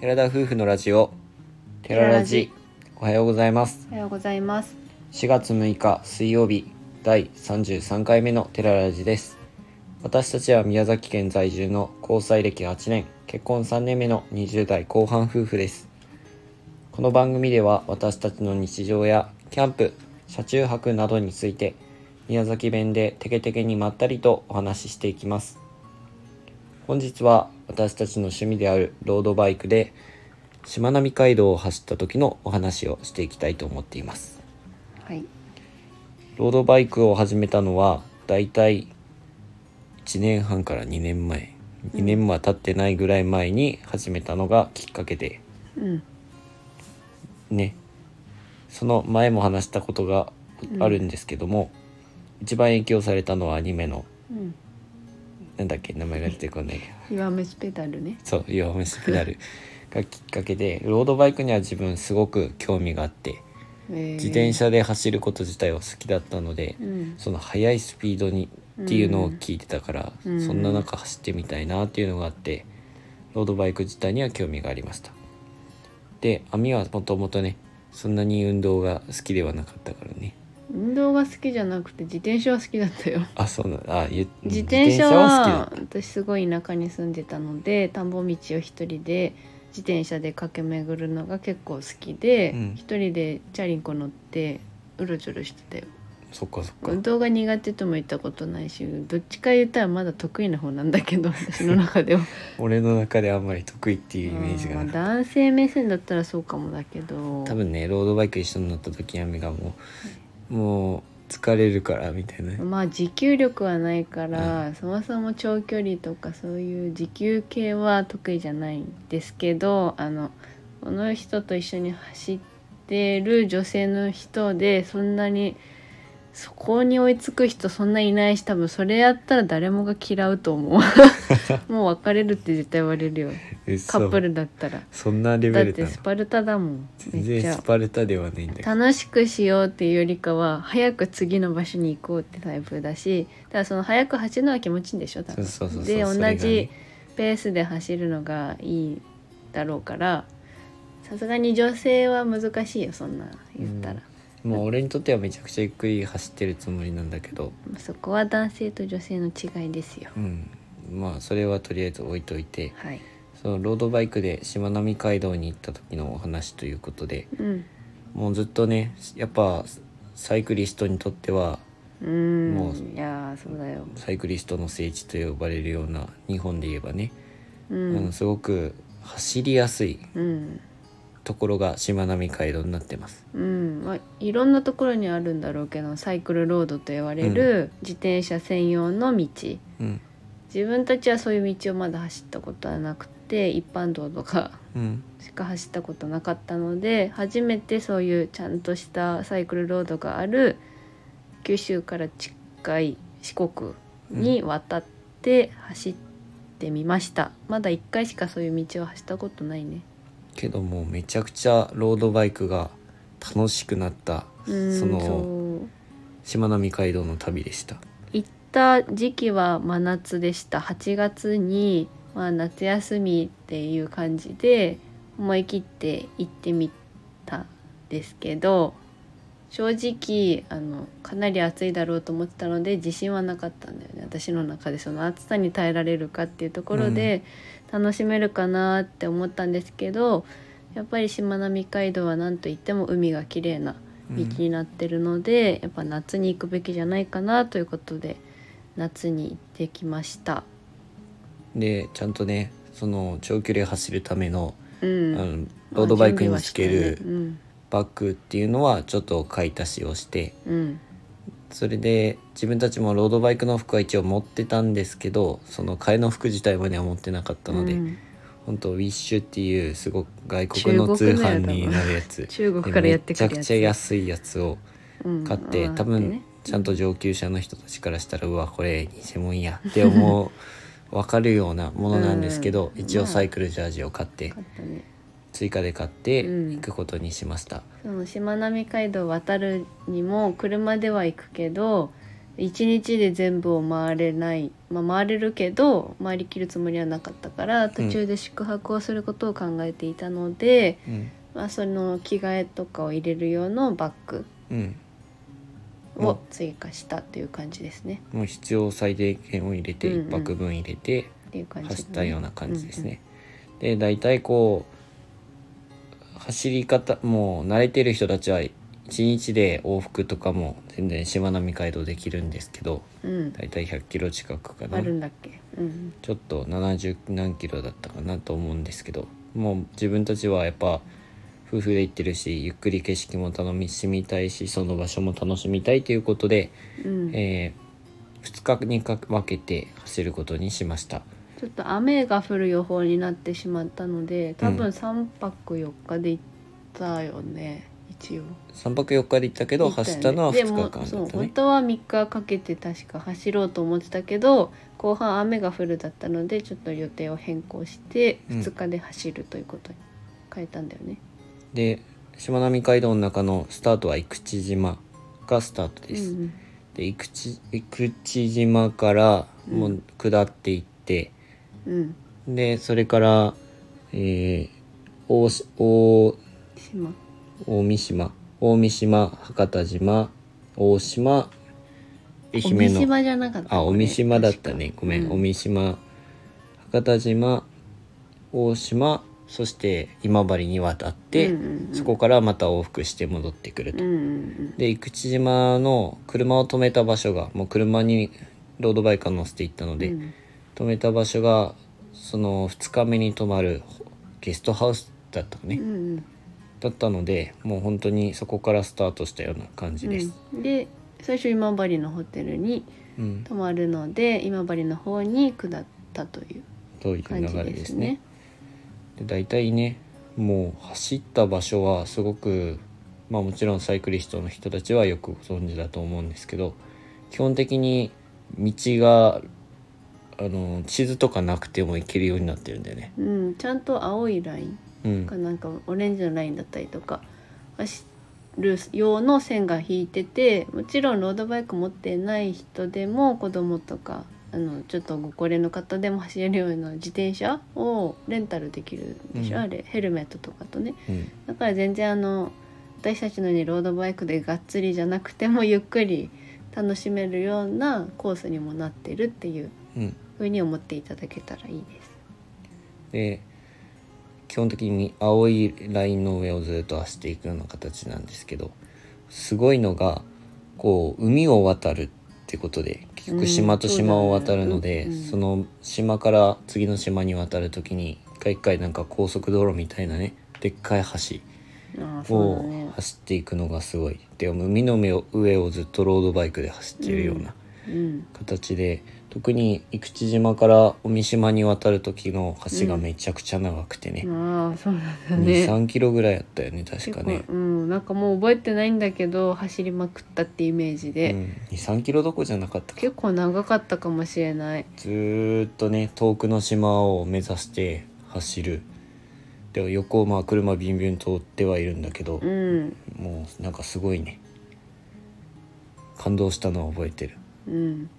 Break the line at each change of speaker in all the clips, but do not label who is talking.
寺田夫婦のラジオ寺ラジおはようございます
おはようございます。
4月6日水曜日第33回目の寺ラジです私たちは宮崎県在住の交際歴8年結婚3年目の20代後半夫婦ですこの番組では私たちの日常やキャンプ車中泊などについて宮崎弁でテケテケにまったりとお話ししていきます本日は私たちの趣味であるロードバイクでしまなみ海道を走った時のお話をしていきたいと思っています
はい。
ロードバイクを始めたのはだいたい1年半から2年前2年は経ってないぐらい前に始めたのがきっかけで
うん。
ねその前も話したことがあるんですけども、一番影響されたのはアニメの
うん。
なんだっけ名前が出てこない
弱虫ペダルね。
そう「弱虫ペダ ル」がきっかけでロードバイクには自分すごく興味があって
えー
自転。車で走ること自体は好きだったので、
うん。
その速いスピードにっていうのを聞いてたから、
うん
そんな中走ってみたいなっていうのがあってロードバイク自体には興味がありましたで網はもともとねそんなに運動が好きではなかったからね
運動が好きじゃなくて自転車は好きだったよ。
あそうなんあゆ
自転車
自転車
は
は好きだ
私すごい田舎に住んでたので田んぼ道を一人で自転車で駆け巡るのが結構好きで
うん
一、人でチャリンコ乗ってうろちょろしてたよ
そっかそっか
運動が苦手とも言ったことないしどっちか言ったらまだ得意な方なんだけど私の中では
俺の中であんまり得意って いうイメージがな
う
んかっ
まあ男性目線だったらそうかもだけど
た多分ねロードバイク一緒に乗った時網がもうもう疲れるからみたいな、
まあ持久力はないから、そもそも長距離とかそういう持久系は得意じゃないんですけどあのこの人と一緒に走ってる女性の人でそんなにそこに追いつく人そんないないし多分それやったら誰もが嫌うと思うもう別れるって絶対言われるよ
嘘
カップルだったら
そんなレ
だ
ベル
っ
な
て
の
スパルタだもん
全
めっち
然
ゃ
スパルタではないんだけど
楽しくしようっていうよりかは早く次の場所に行こうってタイプだしだからその早く走るのは気持ちいいんでしょ多分
そうそうそうそう
で
そ
同
れがね
じペースで走るのがいいだろうからさすがに女性は難しいよそんな言ったら、
もう俺にとってはめちゃくちゃゆっくり走ってるつもりなんだけど、
まあそこは男性と女性の違いですよ
うん、まあそれはとりあえず置いといて
はい
そのロードバイクでしまなみ海道に行った時のお話ということで
うん
もうずっとねやっぱサイクリストにとっては
うーん
もう
いやーそうだよ
サイクリストの聖地と呼ばれるような日本で言えばね、
う
あの
ん
すごく走りやすい
うん
ところがしまなみ海道になってます。
うんまあ、いろんなところにあるんだろうけどサイクルロードと言われる自転車専用の道、
うん、
自分たちはそういう道をまだ走ったことはなくて一般道と か
うん、
しか走ったことなかったので初めてそういうちゃんとしたサイクルロードがある九州から近い四国に渡って走ってみました、まだ1回しかそういう道を走ったことないね
けどもうめちゃくちゃロードバイクが楽しくなった
うーん
その
そう
しまなみ海道の旅でした。
行った時期は真夏でした8月に、まあ、夏休みっていう感じで思い切って行ってみたんですけど正直あのかなり暑いだろうと思ってたので自信はなかったんだよね私の中でその暑さに耐えられるかっていうところで楽しめるかなって思ったんですけど、やっぱりしまなみ海道は何といっても海が綺麗な道になってるので、やっぱ夏に行くべきじゃないかなということで夏に行ってきました。
でちゃんとねその長距離走るための,、
う
あ
ん、
のロードバイクにつけ
まあ準
る
備はし
バッグっていうのはちょっと買い足しをして
たねうん、
それで自分たちもロードバイクの服は一応持ってたんですけどその替えの服自体までは持ってなかった
うん、
ので、
うん
本当ウィッシュっていうすごく外国の通販になるやつ
中国
で
からや
め
って
ち
く
ゃ
る
く
やつ
ちゃ安いやつを
うん
買って、
まあ
多
ね
分ちゃんと上級者の人たちからしたら、うわこれ偽物やって思 う分かるようなものなんですけど、
うん
一
ま
応
あ
サイクルジャージを買って
買ったね
追加で買って
うん
行くことにしました、
そのしまなみ海道を渡るにも車では行くけど1日で全部を回れない、まあ、回れるけど回りきるつもりはなかったから途中で宿泊をすることを考えていたので、
うん
まあ、その着替えとかを入れる用のバッグ
うん
を追加したっていう感じですね。
もう必要最低限を入れて
うんうん
1泊分入れて
っていう感じ、
走ったような感じですね。で大体こう走り方もう慣れてる人たちは1日で往復とかも全然しまなみ海道できるんですけど
うんうん。
大体100キロ近くか
うん、あ
な
るんだっけ。うん
ちょっと70何キロだったかなと思うんですけどもう自分たちはやっぱ夫婦で行ってるしゆっくり景色も楽しみたいしその場所も楽しみたいということで、
うん。うん
え2日にか分けて走ることにしました
ちょっと雨が降る予報になってしまったので、多分3泊4日で行ったよね。一応。
3泊4日で行ったけど
行たよね
走ったのは2日間
でも
だ
そう
った
本
ね
当は3日かけて確か走ろうと思ってたけど後半雨が降るだったのでちょっと予定を変更して
うん
2日で走るということに変えたんだよね。
でしまなみ海道の中のスタートは生口島がスタートです、
うんうん
で生口生口島からもう下っていって、
うん、
でそれから、えー大し大
島
大三島大三島博多島大島愛
お
媛
三
の
島じゃなかった
あ
こ
大
れ
三島だったね
確か
ごめん、
う
大三島博多島大島そして今治に渡って、
うんうんうん
そこからまた往復して戻ってくると
うんうん
で生口島の車を止めた場所がもう車にロードバイクを乗せていったの
うん
で、
うん
泊めた場所がその2日目に泊まるゲストハウスだったのね、
うん
だったのでもう本当にそこからスタートしたような感じです、
うん、で最初今治のホテルに
うん
泊まるので今治の方に下ったという
という流
感じ
れ
で
ですすね
ね。
で大体ねもう走った場所はすごくまあもちろんサイクリストの人たちはよくご存知だと思うんですけど基本的に道があの地図とかなくても行けるようになってるんだよね。
うん、ちゃんと青いライン
うん
かなんかオレンジのラインだったりとか走る用の線が引いててもちろんロードバイク持ってない人でも子供とかあのちょっとご高齢の方でも走れるような自転車をレンタルできるでしょ、
うん
あれヘルメットとかとね
うん
だから全然あの私たちのようにロードバイクでがっつりじゃなくてもゆっくり楽しめるようなコースにもなってるっていう
うん
ふうに思っていただけたらいいです。
で基本的に青いラインの上をずっと走っていくような形なんですけどすごいのがこう海を渡るってことで結
う
局
ん
島と島を渡るので、
そうだねうんうん
その島から次の島に渡る時に一回一回なんか高速道路みたいなねでっかい
ああ
橋
そうだ
を
ね。
走っていくのがすごい。で海の上を上をずっとロードバイクで走っているような
うん
形で、特に生口島から尾身島に渡る時の橋がめちゃくちゃ長くてね、
ああそうなんだ
2、
ね。
3キロぐらいあったよね確かね
結、構うんなんかもう覚えてないんだけど走りまくったってイメージ
う
で、
ん、23キロどころじゃなかったか
結構長かったかもしれない。
ずーっとね遠くの島を目指して走るで横をまあ車ビュンビュン通ってはいるんだけど、
うん
もうなんかすごいね感動したのを覚えてる
うん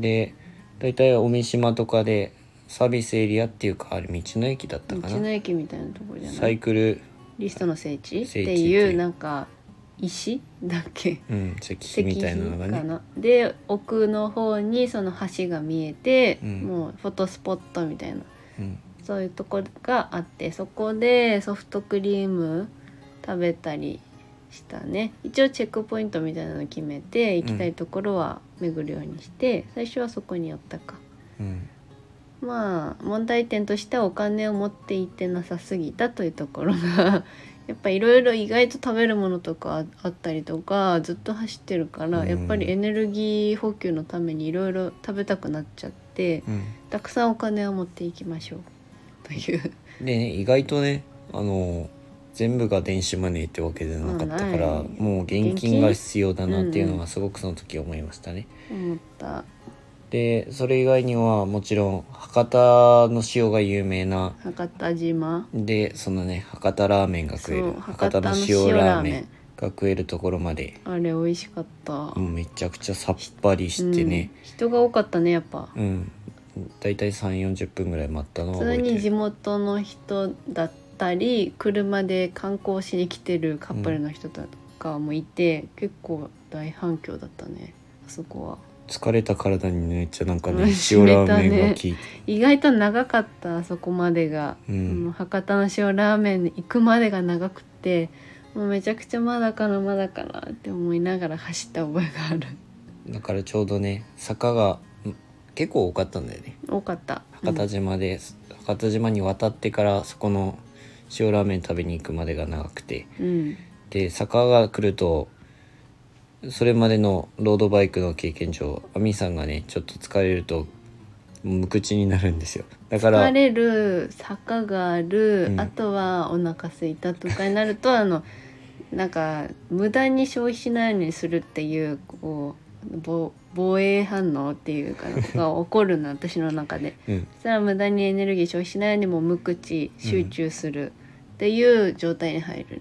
で大体尾身島とかでサービスエリアっていうかあれ道の駅だった
道
か
の
な
駅みたいなところじゃな
サイ
い
クル、
リストの聖地っ
聖地
て
って
い
いう
うなんか石だっけ
うん、石
石
碑み
碑
たいなのが
か
ね
な、で奥の方にその橋が見えて、
うん
もうフォトスポットみたいな
うん
そういうとこがあってそこでソフトクリーム食べたりしたね一応チェックポイントみたいなの決めて行きたいところは巡るようにして、最初はそこに寄ったか
うん
まあ問題点としてはお金を持って行ってなさすぎたというところが やっぱいろいろ意外と食べるものとかあったりとかずっと走ってるから、
うん
やっぱりエネルギー補給のためにいろいろ食べたくなっちゃって
うん
たくさんお金を持っていきましょうという。
でね意外とねあの全部が電子マネーってわけじゃなかったから、
うんない
もう現金が必要だなっていうのがすごくその時思いましたね。
思った
でそれ以外にはもちろん博多の塩が有名な
博多島
でそのね博多ラーメンが食える
そう
博多の塩ラーメンが食えるところまで、
あれ美味しかった、
うん、めちゃくちゃさっぱりしてね、
うん人が多かったねやっぱ
うん、だいたい3 4 0分ぐらい待ったの
普
は
通
覚え
に
て
地
る
元の人だったり車で観光しに来てるカップルの人とかもいて、結構大反響だったねあそこは
疲れた体にめっちゃなんかね塩
うん
ラー
染みた
メン
ね
が効いて、
意外と長かったあそこまでが、
う
うん
ん、
博多の塩ラーメンに行くまでが長くてもうめちゃくちゃまだかなまだかなって思いながら走った覚えがある
だからちょうどね坂がうん結構多かったんだよね
多かった
博多島で、博多島に渡ってからそこの塩ラーメン食べに行くまでが長くて
うん
で坂が来るとそれまでのロードバイクの経験上亜美さんがねちょっと疲れると無口になるんですよだから
疲れる坂がある、
うん
あとはお腹空いたとかに なるとあのなんか無駄に消費しないようにするっていうこうぼ防衛反応っていうかが起こるの私の 中で
うん
それは無駄にエネルギー消費しないようにも無口集中するっていう状態に入る、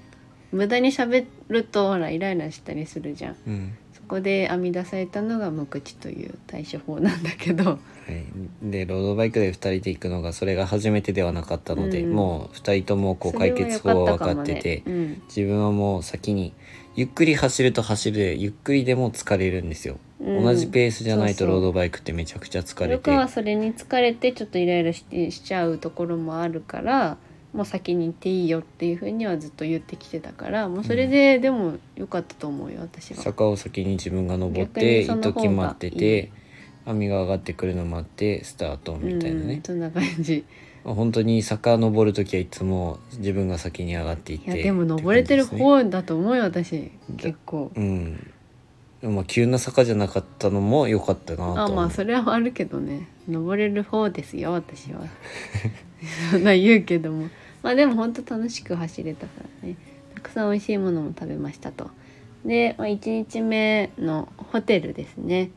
無駄に喋るとほらイライラしたりするじゃん
うん
そこで編み出されたのが無口という対処法なんだけど
はい、でロードバイクで2人で行くのがそれが初めてではなかったので、
うん
もう2人ともこう
それ
解
は
決
良
法は
た
分
も
かってて、
ねうん
自分はもう先にゆっくり走ると走るでゆっくりでも疲れるんですよ、
うん
同じペースじゃないと
そうそ
ロ
う
ードバイクってめちゃくちゃ疲れ
よ
て
くはそれに疲れてちょっとイライラしてしちゃうところもあるからもう先に行っていいよっていうふうにはずっと言ってきてたからもうそれで、でも良かったと思うよ私は。
坂を先に自分が登っ
逆
て
にその
一
方が
時待って
い
て網が上がってくるの待ってスタートみたいな
う
ね
ん、、そんな感じ
本当に坂登る時はいつも自分が先に上がっていっ
い
て
やでも登れてる
って感じ
方だと思うよ私結構
ですねうんまあ急な坂じゃなかったのも良かったなと思う
あまあそれはあるけどね登れる方ですよ私は そんな言うけどもまあでも本当楽しく走れたからねたくさん美味しいものも食べましたとで、まあ、1日目のホテルですね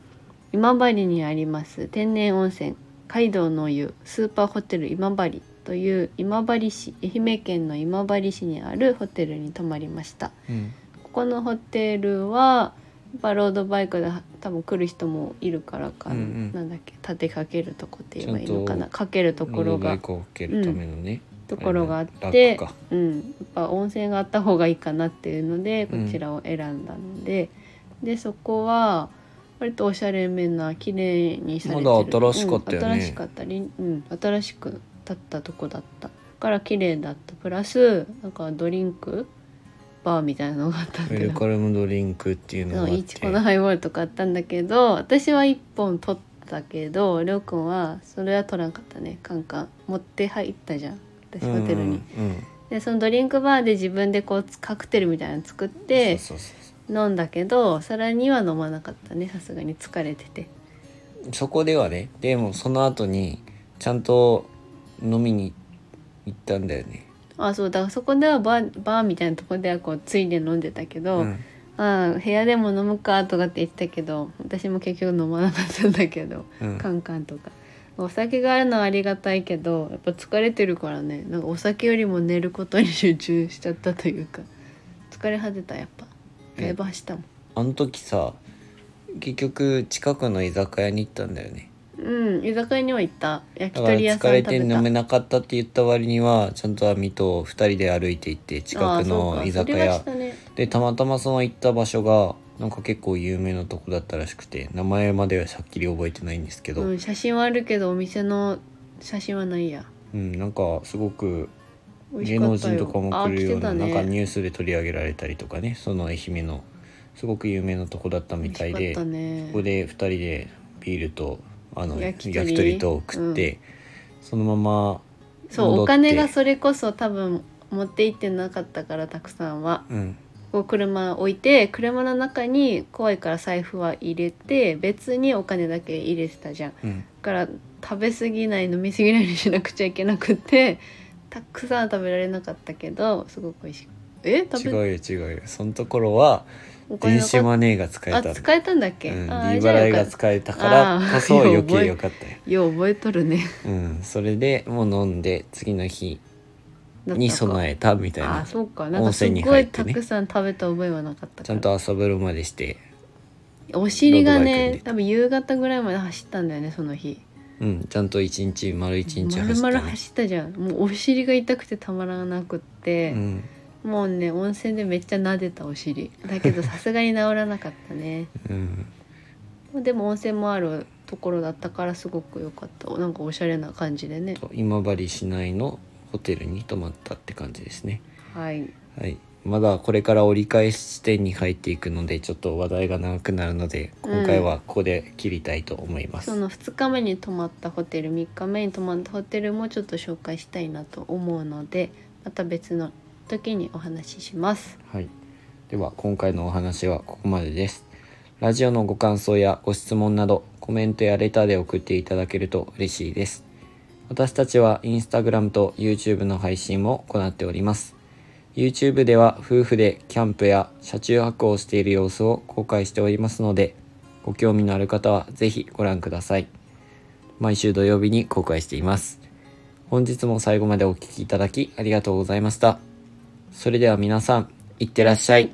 今治にあります天然温泉街道の湯スーパーホテル今治という今治市愛媛県の今治市にあるホテルに泊まりました
うん
ここのホテルはやっぱロードバイクで多分来る人もいるからか、
うんうん
なんだっけ立てかけるとこって言えばいいのか
ちゃ
なんかけるとこ
ロ
ろ
ードバ
が
イクをかけるためのね、
ところがあっ
あれ
て
楽か
うん、やっぱ温泉があった方がいいかなっていうのでこちらを選んだので、でそこは割とおしゃれめな綺麗にされてる
まだ新しかったよね
うん新しかったり、うん、新しく建ったとこだったから綺麗だったプラスなんかドリンクバーみたいなのがあったんだ
ウェ
け
ル
ど
カルムドリンクっていうのがあ
そう
っ
いちこの
て
ハイボールとかあったんだけど私は1本取ったけどりょうくんはそれは取らんかったねカンカン持って入ったじゃん私ホテ
うんう
ルに、
んうん
でそのドリンクバーで自分でこうカクテルみたいなの作って
そうそうそう
飲んだけどさらには飲まなかったねさすがに疲れてて
そうそこではねでもその後にちゃんと飲みに行ったんだよね、
あそうだからそこではバーバーみたいなとこではこうついで飲んでたけど、
うん
ああ部屋でも飲むかとかって言ってたけど私も結局飲まなかったんだけど
うん
カンカンとかお酒があるのはありがたいけどやっぱ疲れてるからねなんかお酒よりも寝ることに集中しちゃったというか疲れ果てたやっぱ
うん
だいぶ走ったもん
あの時さ結局近くの居酒屋に行ったんだよね
うん居酒屋には行った
だか
焼き
ら
鳥屋さ
疲
ん
れ
食
て
べた
飲めなかったって言った割にはちゃんと網と2人で歩いて行って近く
ああそ
の
うか
居酒
それが
屋
したね
でたまたまその行った場所がなんか結構有名なとこだったらしくて名前まではしゃっきり覚えてないんですけど、
うん、写真はあるけどお店の写真はないや
うん、なんかすごく
美
芸
味しか
能
ったよ
人とかも来るような,、
あ来
なん
て
か
た
ニ
ね
ュースで取り上げられたりとかねその愛媛のすごく有名なとこだったみたい
美味
で
しかったね
ここで2人でビールとあの
焼
焼き
き鳥
鳥と食って、そのまま
そう
戻
お
って
金がそれこそ多分持って行ってなかったからたくさんは
うん
こう車置いて車の中に怖いから財布は入れて別にお金だけ入れてたじゃんだ
うん
から食べ過ぎない飲み過ぎないようにしなくちゃいけなくてたくさんは食べられなかったけどすごく美味しいえ
違
食
う
べ
よ違うよそのところは
お金
電
な
子
かっ
マネーが使え
あ
た
使えたんだっけ、
うん、利
あーじゃあ
払い
よか
が
っ
使えたからこそ
あー
余
い
計
や
良かったよ
たよう覚えとるね
うん、それでもう飲んで次の日
だったか
に備えたみたい
あ
な
そうかなん
温
かす
泉に
ご
入っ
い
て
た
ね
くさん食べた覚えはなかった
ち
か
ゃ
ら
んと朝風呂までして
お尻が
ロードバイクに
ね多分夕方ぐらいまで走ったんだよねその日
うんちゃんと一日丸一日走
丸
った
々
ね
走ったじゃんもうお尻が痛くてたまらなくっ
う
て、
ん
もうね温泉でめっちゃ撫でたお尻だけどさすがに治らなかった ね
うん
でも温泉もあるところだったからすごく良かったなんかおしゃれな感じでね
と今治市内のホテルに泊まったって感じですね
はい
はいまだこれから折り返し地点に入っていくのでちょっと話題が長くなるので今回はここで切りたいと思います、
その2日目に泊まったホテル3日目に泊まったホテルもちょっと紹介したいなと思うのでまた別の時にお話しします
はい、では今回のお話はここまでですラジオのご感想やご質問などコメントやレターで送っていただけると嬉しいです私たちはインスタグラムと YouTube の配信も行っております YouTube では夫婦でキャンプや車中泊をしている様子を公開しておりますのでご興味のある方はぜひご覧ください毎週土曜日に公開しています本日も最後までお聴きいただきありがとうございましたそれでは皆さんいってらっしゃい